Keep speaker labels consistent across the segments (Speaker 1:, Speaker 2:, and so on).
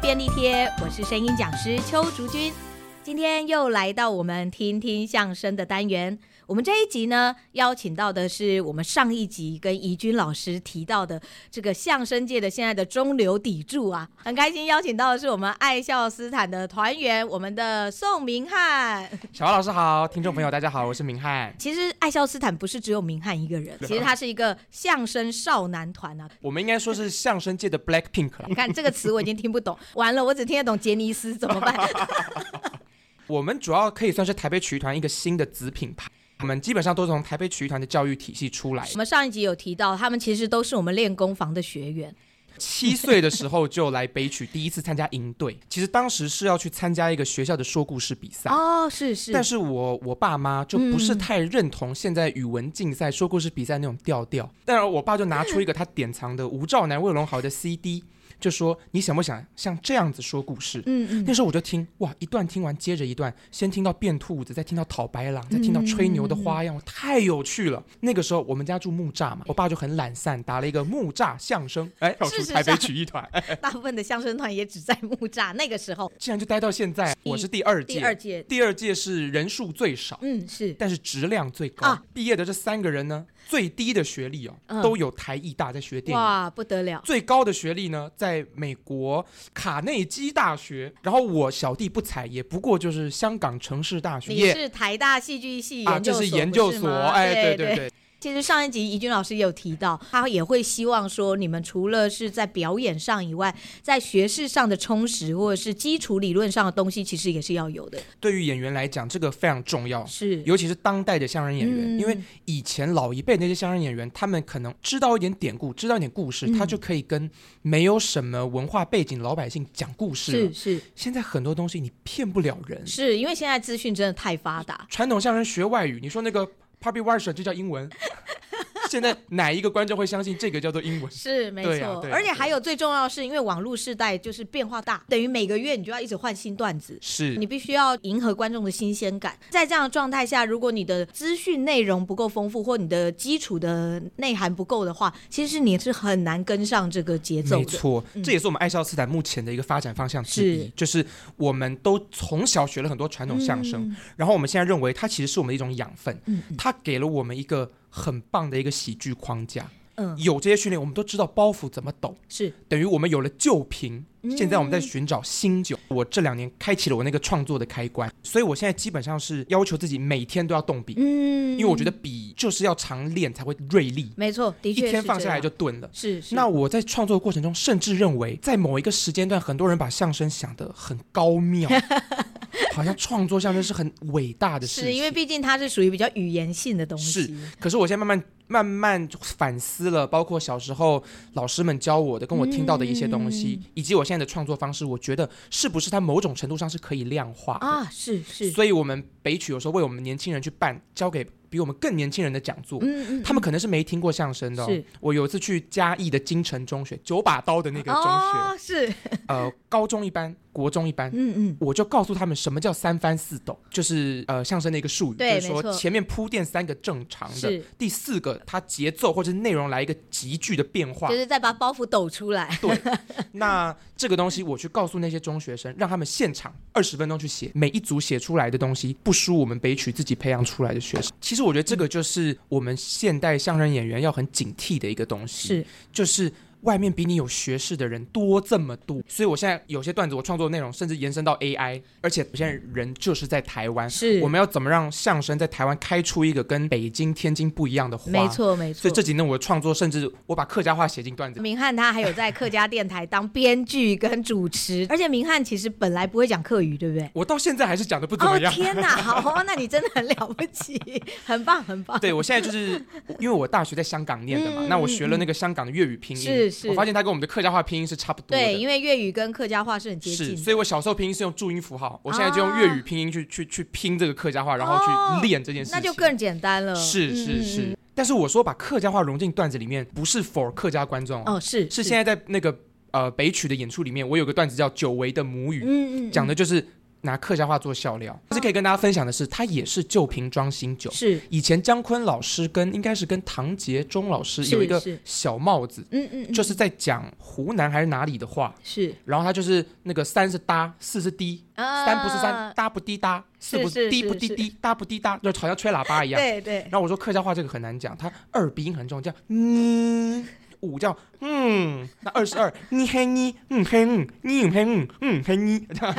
Speaker 1: 便利贴，我是声音讲师邱竹君。今天又来到我们听听相声的单元。我们这一集呢，邀请到的是我们上一集跟怡君老师提到的这个相声界的现在的中流砥柱啊，很开心邀请到的是我们爱笑斯坦的团员，我们的宋明翰。
Speaker 2: 小华老师好，听众朋友大家好，我是明翰。
Speaker 1: 其实爱笑斯坦不是只有明翰一个人，其实他是一个相声少男团啊。
Speaker 2: 我们应该说是相声界的 Black Pink 啦
Speaker 1: 你。看这个词我已经听不懂，完了我只听得懂杰尼斯怎么办？
Speaker 2: 我们主要可以算是台北曲艺团一个新的子品牌，我们基本上都是从台北曲艺团的教育体系出来
Speaker 1: 我。们上一集有提到，他们其实都是我们练功房的学员。
Speaker 2: 七岁的时候就来北曲，第一次参加营队。 其实当时是要去参加一个学校的说故事比赛。
Speaker 1: 哦，是是
Speaker 2: 但是我我爸妈就不是太认同现在语文竞赛、说故事比赛那种调调。当然，我爸就拿出一个他典藏的吴兆南、魏龙豪的 CD，就说：“你想不想像这样子说故事？”
Speaker 1: 嗯 嗯，
Speaker 2: 那时候我就听哇，一段听完接着一段，先听到变兔子，再听到讨白狼，再听到吹牛的花样，太有趣了。那个时候我们家住木栅嘛，我爸就很懒散，打了一个木栅相声，哎，跳
Speaker 1: 事
Speaker 2: 出
Speaker 1: 实
Speaker 2: 台北
Speaker 1: 上
Speaker 2: 曲艺团，
Speaker 1: 大部分的相声团也只在木栅那个时候，
Speaker 2: 竟然就待到现在。
Speaker 1: 第
Speaker 2: 我是第二届，
Speaker 1: 第二届，
Speaker 2: 第二届是人数最少。
Speaker 1: 嗯是，
Speaker 2: 但是质量最高、
Speaker 1: 啊
Speaker 2: 毕业的这三个人呢，最低的学历哦，
Speaker 1: 嗯
Speaker 2: 都有台艺大在学电影，
Speaker 1: 哇不得了，
Speaker 2: 最高的学历呢，在美国卡内基大学。然后我小弟不才，也不过就是香港城市大学
Speaker 1: 你
Speaker 2: 耶
Speaker 1: 是台大戏剧系
Speaker 2: 啊，
Speaker 1: 研
Speaker 2: 这
Speaker 1: 究所，
Speaker 2: 是研究
Speaker 1: 不
Speaker 2: 所，
Speaker 1: 吗
Speaker 2: 哎，
Speaker 1: 对
Speaker 2: 对对，
Speaker 1: 其实上一集怡君老师也有提到，他也会希望说，你们除了是在表演上以外，在学识上的充实，或者是基础理论上的东西，其实也是要有的。
Speaker 2: 对于演员来讲，这个非常重要。
Speaker 1: 是，
Speaker 2: 尤其是当代的相声哦演员，
Speaker 1: 嗯
Speaker 2: 因为以前老一辈那些相声演员，他们可能知道一点典故，知道一点故事，
Speaker 1: 嗯
Speaker 2: 他就可以跟没有什么文化背景老百姓讲故事了
Speaker 1: 是是
Speaker 2: 现在很多东西你骗不了人，
Speaker 1: 是，因为现在资讯真的太发达，
Speaker 2: 传统相声学外语，你说那个 Puppy w a s h 就叫英文， 现在哪一个观众会相信这个叫做 英文？
Speaker 1: 是没
Speaker 2: 对
Speaker 1: 错、
Speaker 2: 啊对啊
Speaker 1: 而且
Speaker 2: 对啊
Speaker 1: 还有最重要的是，因为网络时代就是变化大，等于每个月你就要一直换新段子。
Speaker 2: 是
Speaker 1: 你必须要迎合观众的新鲜感，在这样的状态下，如果你的资讯内容不够丰富，或你的基础的内涵不够的话，其实你是很难跟上这个节奏
Speaker 2: 没
Speaker 1: 的。
Speaker 2: 错
Speaker 1: 嗯，
Speaker 2: 这也是我们爱笑斯坦目前的一个发展方向之一，
Speaker 1: 是
Speaker 2: 就是我们都从小学了很多传统相声，
Speaker 1: 嗯
Speaker 2: 然后我们现在认为它其实是我们的一种养分，
Speaker 1: 嗯嗯
Speaker 2: 它给了我们一个很棒的一个喜剧框架。
Speaker 1: 嗯，
Speaker 2: 有这些训练，我们都知道包袱怎么抖，
Speaker 1: 是
Speaker 2: 等于我们有了旧瓶，
Speaker 1: 嗯
Speaker 2: 现在我们在寻找新酒。我这两年开启了我那个创作的开关，所以我现在基本上是要求自己每天都要动笔，
Speaker 1: 嗯
Speaker 2: 因为我觉得笔就是要常练才会锐利，
Speaker 1: 没错，的
Speaker 2: 一
Speaker 1: 确
Speaker 2: 天
Speaker 1: 是
Speaker 2: 放
Speaker 1: 这
Speaker 2: 下来
Speaker 1: 样
Speaker 2: 就钝了。
Speaker 1: 是是
Speaker 2: 那我在创作过程中，甚至认为在某一个时间段，很多人把相声想得很高 妙，好像创作相声是很伟大的事
Speaker 1: 是
Speaker 2: 情。
Speaker 1: 因为毕竟它是属于比较语言性的东西，
Speaker 2: 可是我现在慢慢慢慢反思了，包括小时候老师们教我的，跟我听到的一些东西，
Speaker 1: 嗯
Speaker 2: 以及我现在的创作方式，我觉得是不是它某种程度上是可以量化的。
Speaker 1: 啊，是是，
Speaker 2: 所以，我们北曲有时候为我们年轻人去办，交给比我们更年轻人的讲座，
Speaker 1: 嗯嗯，
Speaker 2: 他们可能是没听过相声的、哦
Speaker 1: 是。
Speaker 2: 我有一次去嘉义的金城中学，九把刀的那个中学，
Speaker 1: 哦，是，
Speaker 2: 呃，高中一班，国中一班。
Speaker 1: 嗯嗯，
Speaker 2: 我就告诉他们什么叫三翻四抖，就是呃相声的一个术语，就
Speaker 1: 对
Speaker 2: 是
Speaker 1: 没
Speaker 2: 说
Speaker 1: 错
Speaker 2: 前面铺垫三个正常的，
Speaker 1: 是，
Speaker 2: 第四个，它节奏或者是内容来一个急剧的变化嗯
Speaker 1: 就。是再把包袱抖出来，
Speaker 2: 那这个东西，我去告诉那些中学生，让他们现场二十分钟去写，每一组写出来的东西不输我们北曲自己培养出来的学生。其实我觉得这个就是我们现代相声演员要很警惕的一个东西，
Speaker 1: 是
Speaker 2: 就是。外面比你有学识的人多这么多，所以我现在有些段子我创作的内容甚至延伸到 AI，而且我现在人就是在台湾，
Speaker 1: 是，
Speaker 2: 我们要怎么让相声在台湾开出一个跟北京、天津不一样的花？
Speaker 1: 没错没错
Speaker 2: 所以。这几年我的创作，甚至我把客家话写进段子。
Speaker 1: 明翰他还有在客家电台当编剧跟主持，而且明翰其实本来不会讲客语，对不对？
Speaker 2: 我到现在还是讲的不怎
Speaker 1: 哦
Speaker 2: 么样。
Speaker 1: 天哪，好、哦，那你真的很了不起，很棒很棒。
Speaker 2: 对，我现在 就是因为我大学在香港念的嘛，
Speaker 1: 嗯
Speaker 2: 那我学了那个香港的粤语拼音，
Speaker 1: 是是
Speaker 2: 我发现它跟我们的客家话拼音是差不多的。
Speaker 1: 对，因为粤语跟客家话是很接近
Speaker 2: 是，
Speaker 1: 的，啊
Speaker 2: 所以我小时候拼音是用注音符号，我现在就用粤语拼音去、去去拼这个客家话，然后去练这件事情。
Speaker 1: 哦那就更简单了。
Speaker 2: 是
Speaker 1: 嗯
Speaker 2: 是
Speaker 1: 嗯
Speaker 2: 是。
Speaker 1: 嗯
Speaker 2: 但是我说把客家话融进段子里面，不是 for 客家观众哦，
Speaker 1: 哦，是
Speaker 2: 是现在在那个呃北曲的演出里面，我有个段子叫《久违的母语》，
Speaker 1: 嗯嗯嗯
Speaker 2: 讲的就是拿客家话做笑料。但是可以跟大家分享的是，它也是旧瓶装新酒。
Speaker 1: 是，
Speaker 2: 以前姜昆老师跟应该是跟唐杰忠老师
Speaker 1: 是
Speaker 2: 有一个
Speaker 1: 是
Speaker 2: 小帽子，
Speaker 1: 嗯嗯，嗯
Speaker 2: 就是在讲湖南还是哪里的话，
Speaker 1: 是
Speaker 2: 然后他就是那个三是搭，四是滴，三不是
Speaker 1: 呃
Speaker 2: 三，，搭不滴搭，四不
Speaker 1: 啊是是
Speaker 2: 滴不滴
Speaker 1: 是
Speaker 2: 滴，搭不滴搭，就好像吹喇叭一样。
Speaker 1: 对对
Speaker 2: 然，后我说客家话这个很难讲，它二鼻音很重，这样嗯。五叫嗯，那二十二你嘿你嗯嘿嗯你嗯嘿嗯嗯嘿你，这样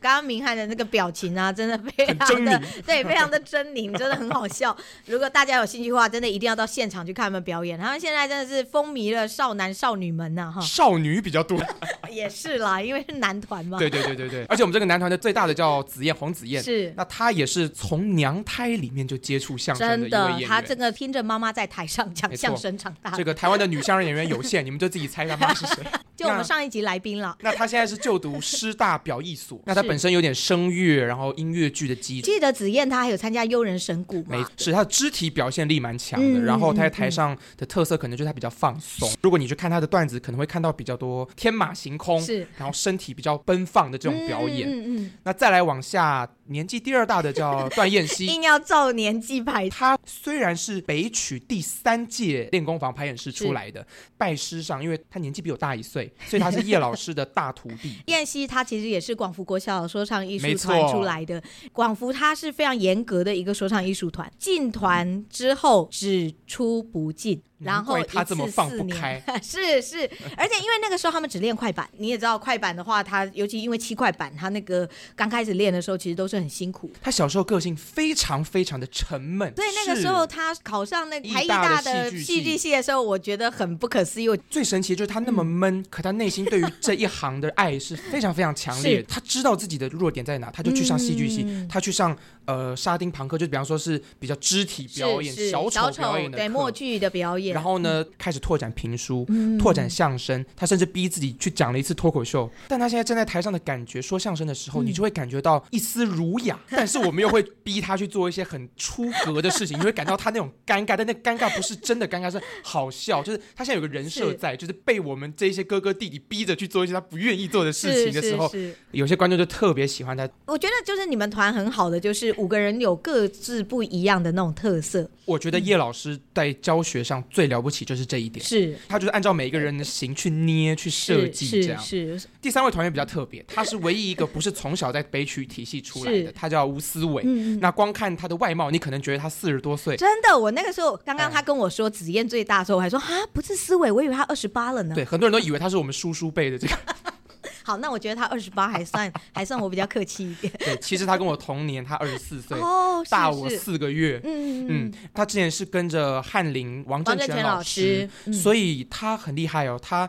Speaker 1: 刚刚明翰的那个表情 啊，真的非
Speaker 2: 很
Speaker 1: 常的
Speaker 2: 狰
Speaker 1: 对，非常的狰狞，真的很好笑。 如果大家有兴趣的话，真的一定要到现场去看他们表演。他们现在真的是风靡了少男少女们呐、
Speaker 2: 少女比较 多。
Speaker 1: 哈，也是啦，因为是男团嘛，
Speaker 2: 对对对对对，而且我们这个男团的最大的叫子燕黄子燕，
Speaker 1: 是
Speaker 2: 那她也是从娘胎里面就接触相声
Speaker 1: 真
Speaker 2: 的一位
Speaker 1: 的。
Speaker 2: 演
Speaker 1: 他
Speaker 2: 员
Speaker 1: 这。个听着妈妈在台上讲
Speaker 2: 没错
Speaker 1: 相声长大
Speaker 2: 这
Speaker 1: 的，
Speaker 2: 个台湾的女相声演员有限，你们就自己猜他妈是谁。
Speaker 1: 就我们
Speaker 2: 那
Speaker 1: 上一集来宾了。
Speaker 2: 那她现在是就读师大表艺所，那她
Speaker 1: 是
Speaker 2: 本身有点声乐，然后音乐剧的基础，
Speaker 1: 记得子燕她还有参加《幽人神鼓》
Speaker 2: 没
Speaker 1: 嘛？
Speaker 2: 是她的肢体表现力蛮强的。
Speaker 1: 嗯
Speaker 2: 然后她在
Speaker 1: 嗯
Speaker 2: 台上的特色可能就是她比较放松。如果你去看她的段子，可能会看到比较多天马行空，
Speaker 1: 是
Speaker 2: 然后身体比较奔放的这种表演。
Speaker 1: 嗯嗯
Speaker 2: 那再来往下，年纪第二大的叫段燕
Speaker 1: 嗯，
Speaker 2: 西，
Speaker 1: 硬要照年纪排，。
Speaker 2: 他虽然是北曲第三届练功房排演师出来的，拜师上，因为他年纪比我大一岁，所以他是叶老师的大徒弟
Speaker 1: 燕西她其实也是广福国小说唱艺术
Speaker 2: 没错
Speaker 1: 团出来的。广福它是非常严格的一个说唱艺术团，进团之后只出不进，然后
Speaker 2: 嗯难
Speaker 1: 一
Speaker 2: 怪他这么
Speaker 1: 次
Speaker 2: 放
Speaker 1: 四
Speaker 2: 不
Speaker 1: 年。
Speaker 2: 开，
Speaker 1: 是是，而且因为那个时候他们只练快板，你也知道快板的话，它尤其因为七块板，它那个刚开始练的时候其实都是很辛苦。
Speaker 2: 他小时候个性非常非常的沉闷。
Speaker 1: 所以那个
Speaker 2: 是
Speaker 1: 时候他考上那个台艺
Speaker 2: 艺大
Speaker 1: 大的
Speaker 2: 的戏剧
Speaker 1: 戏
Speaker 2: 系
Speaker 1: 剧系的时候，我觉得很不可思议。我
Speaker 2: 最神奇的就是他那么
Speaker 1: 嗯
Speaker 2: 闷，可他内心对于这一行的爱是非常非常强烈
Speaker 1: 是
Speaker 2: 的。他知道自己的弱点在哪，他就去上戏剧系，
Speaker 1: 嗯
Speaker 2: 他去上呃沙丁庞克，就比方说是比较肢体表演、
Speaker 1: 是是
Speaker 2: 小丑表演的
Speaker 1: 对
Speaker 2: 课
Speaker 1: 默剧的表演，
Speaker 2: 然后呢，开始拓展评书，
Speaker 1: 嗯
Speaker 2: 拓展相声，他甚至逼自己去讲了一次脱口秀。但他现在站在台上的感觉，说相声的时候，
Speaker 1: 嗯
Speaker 2: 你就会感觉到一丝儒雅，但是我们又会逼他去做一些很出格的事情，你会感到他那种尴尬，但那尴尬不是真的尴尬，是好笑，就是他现在有个人设
Speaker 1: 是
Speaker 2: 在，就是被我们这些哥哥弟弟逼着去做一些他不愿意做的事
Speaker 1: 是
Speaker 2: 情的时候，
Speaker 1: 是是
Speaker 2: 有些观众就特别喜欢他。
Speaker 1: 我觉得就是你们团很好的，就是五个人有各自不一样的那种特色，
Speaker 2: 我觉得叶老师在教学上最了不起就是这一点。
Speaker 1: 是
Speaker 2: 他就是按照每一个人的型去捏、去设
Speaker 1: 是
Speaker 2: 计，这
Speaker 1: 是
Speaker 2: 样。
Speaker 1: 是
Speaker 2: 第三位团员比较特别，他是唯一一个不是从小在北曲体系出来
Speaker 1: 是
Speaker 2: 的，他叫吴思伟。
Speaker 1: 嗯，
Speaker 2: 那光看他的外貌，你可能觉得他四十多岁，
Speaker 1: 真的，我那个时候刚刚他跟我说紫燕最大的时候，我还说啊不是思伟，我以为他二十八了呢。
Speaker 2: 对，很多人都以为他是我们叔叔辈的这 个，
Speaker 1: 好，那我觉得他二十八还算 还算我比较客气一点。
Speaker 2: 对，其实他跟我同年，他二十四岁，
Speaker 1: 哦，是
Speaker 2: 大我
Speaker 1: 是
Speaker 2: 四个月。
Speaker 1: 嗯
Speaker 2: 嗯
Speaker 1: 嗯，，
Speaker 2: 他之前是跟着翰林、王
Speaker 1: 王
Speaker 2: 正
Speaker 1: 振
Speaker 2: 全
Speaker 1: 全老
Speaker 2: 师
Speaker 1: 师，，嗯
Speaker 2: 所以他很厉害哦。他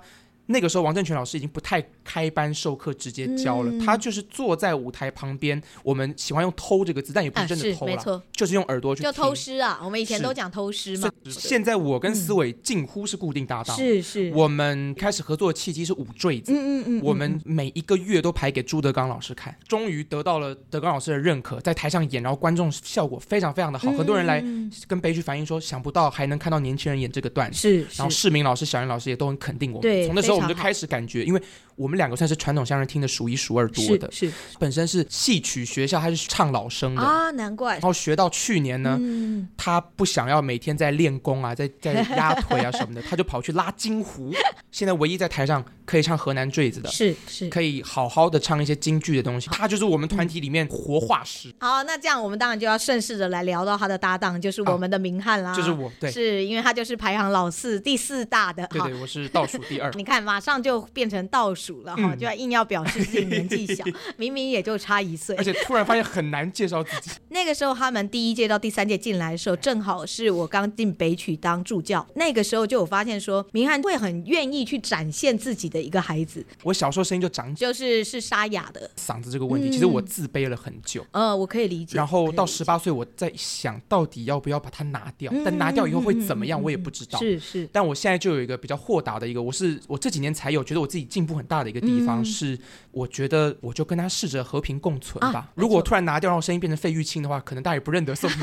Speaker 2: 那个时候王正全老师已经不太开班授课，直接教了，
Speaker 1: 嗯
Speaker 2: 他就是坐在舞台旁边。我们喜欢用“偷”这个字，但也不
Speaker 1: 啊
Speaker 2: 是真
Speaker 1: 是
Speaker 2: 的偷
Speaker 1: 没
Speaker 2: 啦，
Speaker 1: 错，
Speaker 2: 就是用耳朵去
Speaker 1: 就
Speaker 2: 听
Speaker 1: 偷师啊，我们以前
Speaker 2: 是
Speaker 1: 都讲偷师嘛
Speaker 2: 所，以现在我跟思伟近乎是固定搭档。
Speaker 1: 是是，
Speaker 2: 我们开始合作的契机是舞坠子。
Speaker 1: 嗯嗯嗯，
Speaker 2: 我
Speaker 1: 嗯
Speaker 2: 们每一个月都排给朱德刚老师看，终于得到了德刚老师的认可，在台上演，然后观众效果非常非常的好，
Speaker 1: 嗯
Speaker 2: 很多人来
Speaker 1: 嗯嗯
Speaker 2: 跟悲剧反映说，想不到还能看到年轻人演这个段子。
Speaker 1: 是
Speaker 2: 然后
Speaker 1: 是
Speaker 2: 市民老师、小林老师也都很肯定我
Speaker 1: 对
Speaker 2: 们。从那时候
Speaker 1: 非
Speaker 2: 我
Speaker 1: 常
Speaker 2: 们就
Speaker 1: 好
Speaker 2: 开始感觉，因为我们两个算是传统相声听的数一数二多的，嗯
Speaker 1: 是
Speaker 2: 本身是戏曲学校，他是唱老生的，
Speaker 1: 啊，难怪
Speaker 2: 然，后学到去年呢，
Speaker 1: 嗯。
Speaker 2: 他不想要每天在练功啊，在在压腿啊什么的，他就跑去拉京胡。现在唯一在台上可以唱河南坠子的，
Speaker 1: 是是。
Speaker 2: 可以好好的唱一些京剧的东西，他就是我们团体里面活化石，
Speaker 1: 好，那这样我们当然就要顺势的来聊到他的搭档，就是我们的明翰啦。
Speaker 2: 就是我，对
Speaker 1: 嗯是因为他就是排行老四，第四大的
Speaker 2: 对
Speaker 1: 哈。
Speaker 2: 对，我是倒数第
Speaker 1: 。
Speaker 2: 二
Speaker 1: 你看，马上就变成倒数了哈，
Speaker 2: 嗯
Speaker 1: 就要硬要表示自己年纪 小，明明也就差一岁
Speaker 2: 而。且突然发现很难介绍自己，
Speaker 1: 那个时候他们第一届到第三届进来的时候，正好是我刚进北曲当助教，那个时候就有发现说，明翰会很愿意去展现自己的一个孩子，
Speaker 2: 我小时候声音就长
Speaker 1: 就是是沙哑的。
Speaker 2: 嗓子这个问题，
Speaker 1: 嗯
Speaker 2: 其实我自卑了很久。
Speaker 1: 呃，我可以理解。
Speaker 2: 然后到
Speaker 1: 可以理
Speaker 2: 十八岁，我在想到底要不要把它拿掉
Speaker 1: 嗯，
Speaker 2: 但拿掉以后会怎么
Speaker 1: 嗯嗯
Speaker 2: 样，
Speaker 1: 嗯
Speaker 2: 我也不知道。
Speaker 1: 是是
Speaker 2: 但我现在就有一个比较豁达的一个，我是我这几年才有觉得我自己进步很大的一个地方、
Speaker 1: 嗯
Speaker 2: 是，我觉得我就跟他试着和平共存吧。
Speaker 1: 啊没错
Speaker 2: 如果突然拿掉，让我声音变成费玉清的话，可能大家也不认得 宋雨。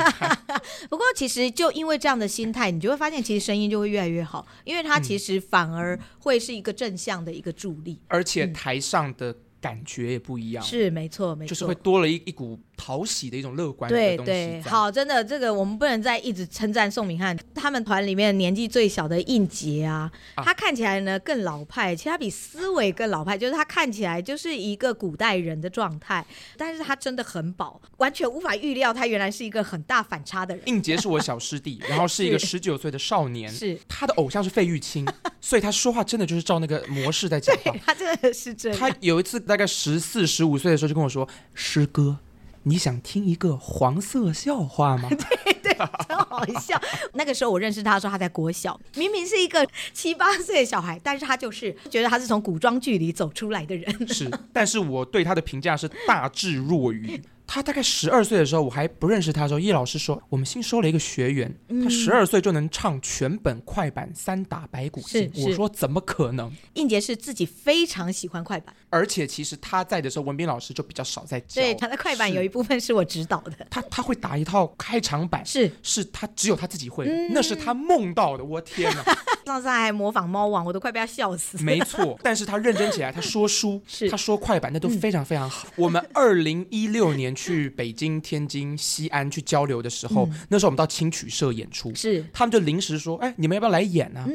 Speaker 1: 不过其实就因为这样的心态，你就会发现其实声音就会越来越好，
Speaker 2: 嗯
Speaker 1: 因为它其实反而会是一个正向的一个助力。
Speaker 2: 而且台上的。感觉也不一样，
Speaker 1: 嗯是没错，没错，
Speaker 2: 就是会多了一一股讨喜的一种乐观的
Speaker 1: 对
Speaker 2: 东西在。
Speaker 1: 对，好，真的，这个我们不能再一直称赞宋明翰，他们团里面年纪最小的应杰啊，
Speaker 2: 啊
Speaker 1: 他看起来呢更老派，其实他比思维更老派，就是他看起来就是一个古代人的状态，但是他真的很饱，完全无法预料他原来是一个很大反差的人，
Speaker 2: 应杰是我小 师弟，然后是一个十九岁的少年，
Speaker 1: 是
Speaker 2: 他的偶像是费 玉清，所以他说话真的就是照那个模式在讲话。
Speaker 1: 他真的是这样，
Speaker 2: 他有一次大概十四、十五岁的时候就跟我说：“师哥，你想听一个黄色笑话吗？”
Speaker 1: 真好笑。 那个时候我认识他的时候，他在国小，明明是一个七八岁的小孩，但是他就是觉得他是从古装剧里走出来的人。
Speaker 2: 是，但是我对他的评价是大智若愚。他大概十二岁的时候，我还不认识他的时候，叶老师说我们新收了一个学员，他十
Speaker 1: 嗯
Speaker 2: 二岁就能唱全本快板三打白骨精。
Speaker 1: 是
Speaker 2: 我
Speaker 1: 是
Speaker 2: 说怎么可能？
Speaker 1: 应杰是自己非常喜欢快板。
Speaker 2: 而且其实他在的时候，文斌老师就比较少在教。
Speaker 1: 对，他的快板有一部分是我指导的，
Speaker 2: 他他会打一套开场板，
Speaker 1: 是
Speaker 2: 是他只有他自己会的，
Speaker 1: 嗯
Speaker 2: 那是他梦到的。我天哪！
Speaker 1: 上次他还模仿猫王，我都快被他笑 死。
Speaker 2: 没错，但是他认真起来，他说书，
Speaker 1: 是嗯
Speaker 2: 他说快板，那都非常非常好。我们二零一六年去北京、天津、西安去交流的时候，
Speaker 1: 嗯
Speaker 2: 那时候我们到青曲社演出，
Speaker 1: 是，
Speaker 2: 他们就临时说，哎，你们要不要来演啊？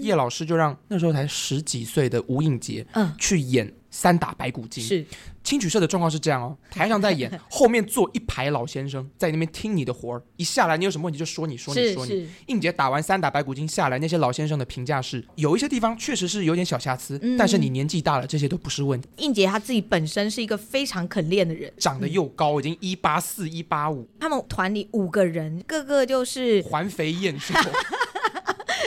Speaker 2: 叶老师就让那时候才十几岁的吴映洁，
Speaker 1: 嗯，
Speaker 2: 去演三打白骨精。
Speaker 1: 是
Speaker 2: 青曲社的状况是这样哦，台上在 演，后面坐一排老先生在那边听你的活儿，一下来你有什么问题就说你说你
Speaker 1: 是
Speaker 2: 说你。
Speaker 1: 是，
Speaker 2: 应杰打完三打白骨精下来，那些老先生的评价是，有一些地方确实是有点小瑕疵，
Speaker 1: 嗯
Speaker 2: 但是你年纪大了，这些都不是问题。
Speaker 1: 应杰他自己本身是一个非常肯练的人。
Speaker 2: 长得又高，已经一八四、一八五，
Speaker 1: 他们团里五个人，个个就是，
Speaker 2: 环肥燕瘦，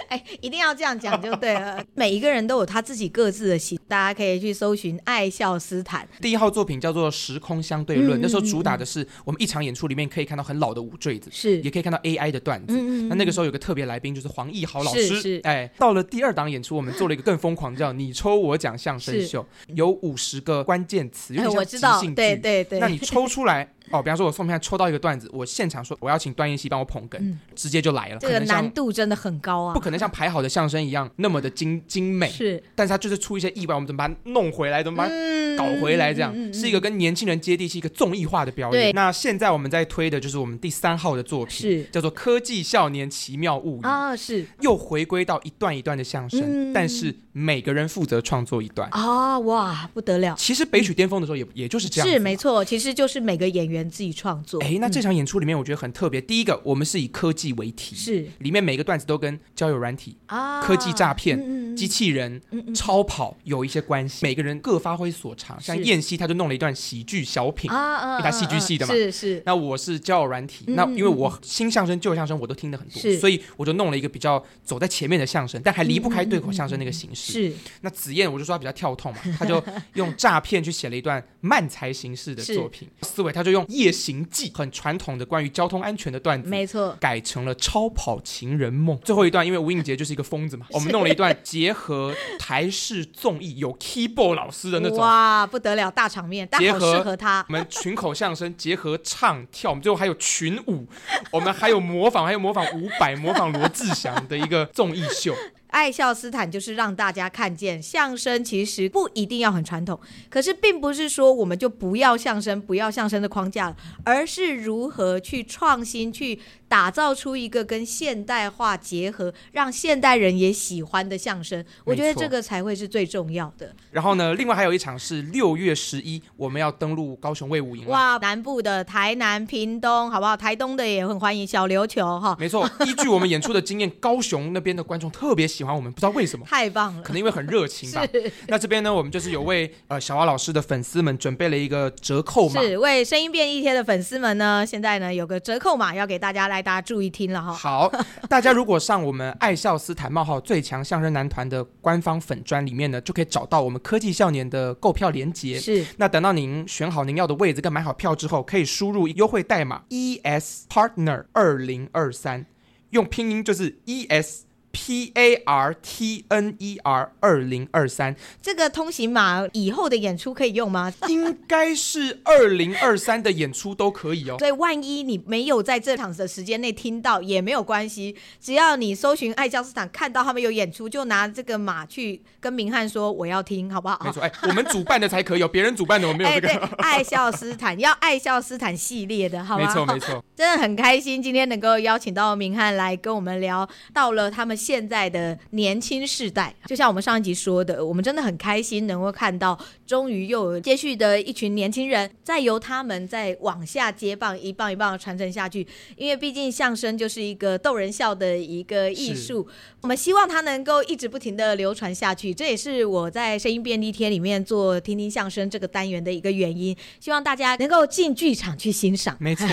Speaker 1: 哎，一定要这样讲就对了。每一个人都有他自己各自的喜，大家可以去搜寻爱笑斯坦。
Speaker 2: 第一号作品叫做《时空相对论》，
Speaker 1: 嗯
Speaker 2: 那时候主打的是我们一场演出里面可以看到很老的舞坠子，
Speaker 1: 是
Speaker 2: 也可以看到 AI 的段子。
Speaker 1: 嗯
Speaker 2: 那那个时候有个特别来宾就是黄奕豪老
Speaker 1: 是
Speaker 2: 师，
Speaker 1: 是
Speaker 2: 哎，到了第二档演出，我们做了一个更疯狂，叫“你抽我奖相声秀”，有五十个关键词，
Speaker 1: 嗯
Speaker 2: 有
Speaker 1: 哎，
Speaker 2: 点像
Speaker 1: 我
Speaker 2: 即
Speaker 1: 知道
Speaker 2: 兴，剧
Speaker 1: 对对对
Speaker 2: 那，你抽出来哦，比方说我宋平汉抽到一个段子，我现场说我要请段燕希帮我捧哏，直接就来了，
Speaker 1: 嗯这
Speaker 2: 可
Speaker 1: 个
Speaker 2: 能
Speaker 1: 难
Speaker 2: 像
Speaker 1: 度真的很高啊
Speaker 2: 不。可能像排好的相声一样那么的精精美，
Speaker 1: 是，
Speaker 2: 但是他就是出一些意外，我们怎么把它弄回来，怎么把它
Speaker 1: 嗯
Speaker 2: 搞回来，这样、是一个跟年轻人接地气、一个综艺化的表
Speaker 1: 对
Speaker 2: 演。那现在我们在推的就是我们第三号的作品，
Speaker 1: 是
Speaker 2: 叫做《科技少年奇妙物语》。
Speaker 1: 啊，是
Speaker 2: 又回归到一段一段的相声，
Speaker 1: 嗯
Speaker 2: 但是每个人负责创作一段。
Speaker 1: 啊，哇，不得了。
Speaker 2: 其实北曲巅峰的时候也也就是这样子，
Speaker 1: 是没错，其实就是每个演员自己创作。嗯
Speaker 2: 哎，那这场演出里面，我觉得很特别。第一个，我们是以科技为题，
Speaker 1: 是
Speaker 2: 里面每个段子都跟交友软体、
Speaker 1: 啊，
Speaker 2: 科技诈骗、
Speaker 1: 嗯嗯嗯
Speaker 2: 机器人、
Speaker 1: 嗯嗯
Speaker 2: 超跑有一些关系。每个人各发挥所长，像
Speaker 1: 是
Speaker 2: 燕西他就弄了一段喜剧小品，
Speaker 1: 啊啊，啊
Speaker 2: 因为他戏剧系的嘛
Speaker 1: 是是
Speaker 2: 那我是交友软体，
Speaker 1: 嗯
Speaker 2: 那因为我新相声、旧相声我都听得很多
Speaker 1: 是，
Speaker 2: 所以我就弄了一个比较走在前面的相声，但还离不开对口相
Speaker 1: 嗯
Speaker 2: 声那个形式。
Speaker 1: 是
Speaker 2: 那子燕我就说她比较跳 痛嘛，她就用诈骗去写了一段慢才形式的
Speaker 1: 是
Speaker 2: 作品。思维他就用夜行记很传统的关于交通安全的段子，
Speaker 1: 没错，
Speaker 2: 改成了超跑情人梦。最后一段，因为吴映洁就是一个 疯子嘛，我们弄了一段结合台式综艺，有 keyboard 老师的那种。
Speaker 1: 哇，不得了，大场面，但
Speaker 2: 结
Speaker 1: 好
Speaker 2: 合
Speaker 1: 适合他
Speaker 2: 我们群口相声结合唱跳，我们最后还有群舞，我们还有模仿，还有模仿伍佰、模仿罗志祥的一个综艺 秀。
Speaker 1: 爱笑斯坦就是让大家看见相声其实不一定要很传统，可是并不是说我们就不要相声、不要相声的框架了，而是如何去创新、去打造出一个跟现代化结合，让现代人也喜欢的相声。我觉得
Speaker 2: 没错
Speaker 1: 这个才会是最重要的。
Speaker 2: 然后呢，另外还有一场是六月十一，我们要登陆高雄卫武营了。啊
Speaker 1: 哇，南部的台南、屏东，好不好？台东的也很欢迎小琉球哈，
Speaker 2: 没错，依据我们演出的经验，高雄那边的观众特别喜欢我们，不知道为什么。
Speaker 1: 太棒了
Speaker 2: 可！能因为很热情吧。那这边呢，我们就是有为呃小蛙老师的粉丝们准备了一个折扣码。
Speaker 1: 是为声音变异贴的粉丝们呢，现在呢有个折扣码要给大家来，大家注意听了哈。
Speaker 2: 好，大家如果上我们爱笑斯坦冒号最强相声男团的官方粉专里面呢，就可以找到我们科技少年的购票链接。
Speaker 1: 是
Speaker 2: 那等到您选好您要的位置跟买好票之后，可以输入优惠 E 代码 ES Partner 二零二三，用拼音就是 ES P A R T N E R 二零二三，
Speaker 1: 这个通行码以后的演出可以用吗？
Speaker 2: 应该是二零二三的演出都可以哦。
Speaker 1: 所以万一你没有在这场的时间内听到也没有关系，只要你搜寻爱教市场看到他们有演出，就拿这个码去跟明翰说我要听，好不好？
Speaker 2: 没错，哎，我们主办的才可以哦，别人主办的我没有
Speaker 1: 哎，
Speaker 2: 这
Speaker 1: 对啊
Speaker 2: 个。，
Speaker 1: 爱笑斯坦要爱笑斯坦系列的，好吗？
Speaker 2: 没错，没错。
Speaker 1: 真的很开心，今天能够邀请到明翰来跟我们聊到了他们现在的年轻世代。就像我们上一集说的，我们真的很开心能够看到，终于又有接续的一群年轻人，再由他们再往下接棒，一棒一棒地传承下去。因为毕竟相声就是一个逗人笑的一个艺术，我们希望它能够一直不停的流传下去。这也是我在声音便利贴里面做听听相声这个单元的一个原因，希望大家能够进剧场去欣赏。
Speaker 2: 没 错，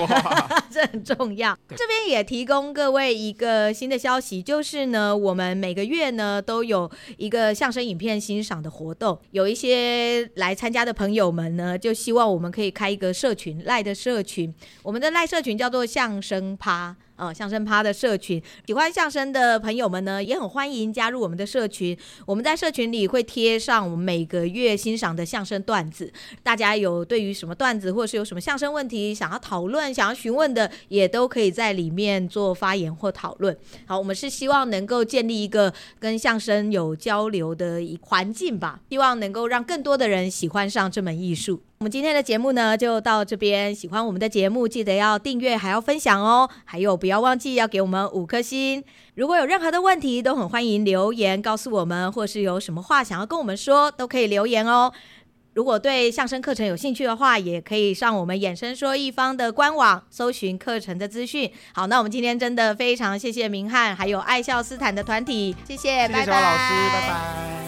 Speaker 1: 这很重要。
Speaker 2: 对
Speaker 1: 这边也提供各位一个新的消息，就是呢，我们每个月呢都有一个相声影片欣赏的活动，有一些来参加的朋友们呢，就希望我们可以开一个社群，赖的社群，我们的赖社群叫做相声趴。呃，相声趴的社群，喜欢相声的朋友们呢，也很欢迎加入我们的社群。我们在社群里会贴上我们每个月欣赏的相声段子，大家有对于什么段子或是有什么相声问题想要讨论、想要询问的，也都可以在里面做发言或讨论。好，我们是希望能够建立一个跟相声有交流的一环境吧，希望能够让更多的人喜欢上这门艺术。我们今天的节目呢，就到这边。喜欢我们的节目，记得要订阅，还要分享哦。还有，不要忘记要给我们五颗星。如果有任何的问题，都很欢迎留言告诉我们，或是有什么话想要跟我们说，都可以留言哦。如果对相声课程有兴趣的话，也可以上我们衍生说一方的官网搜寻课程的资讯。好，那我们今天真的非常谢谢明翰，还有爱笑斯坦的团体，谢谢，
Speaker 2: 谢谢
Speaker 1: 哎拜
Speaker 2: 小
Speaker 1: 拜，
Speaker 2: 老师，拜拜。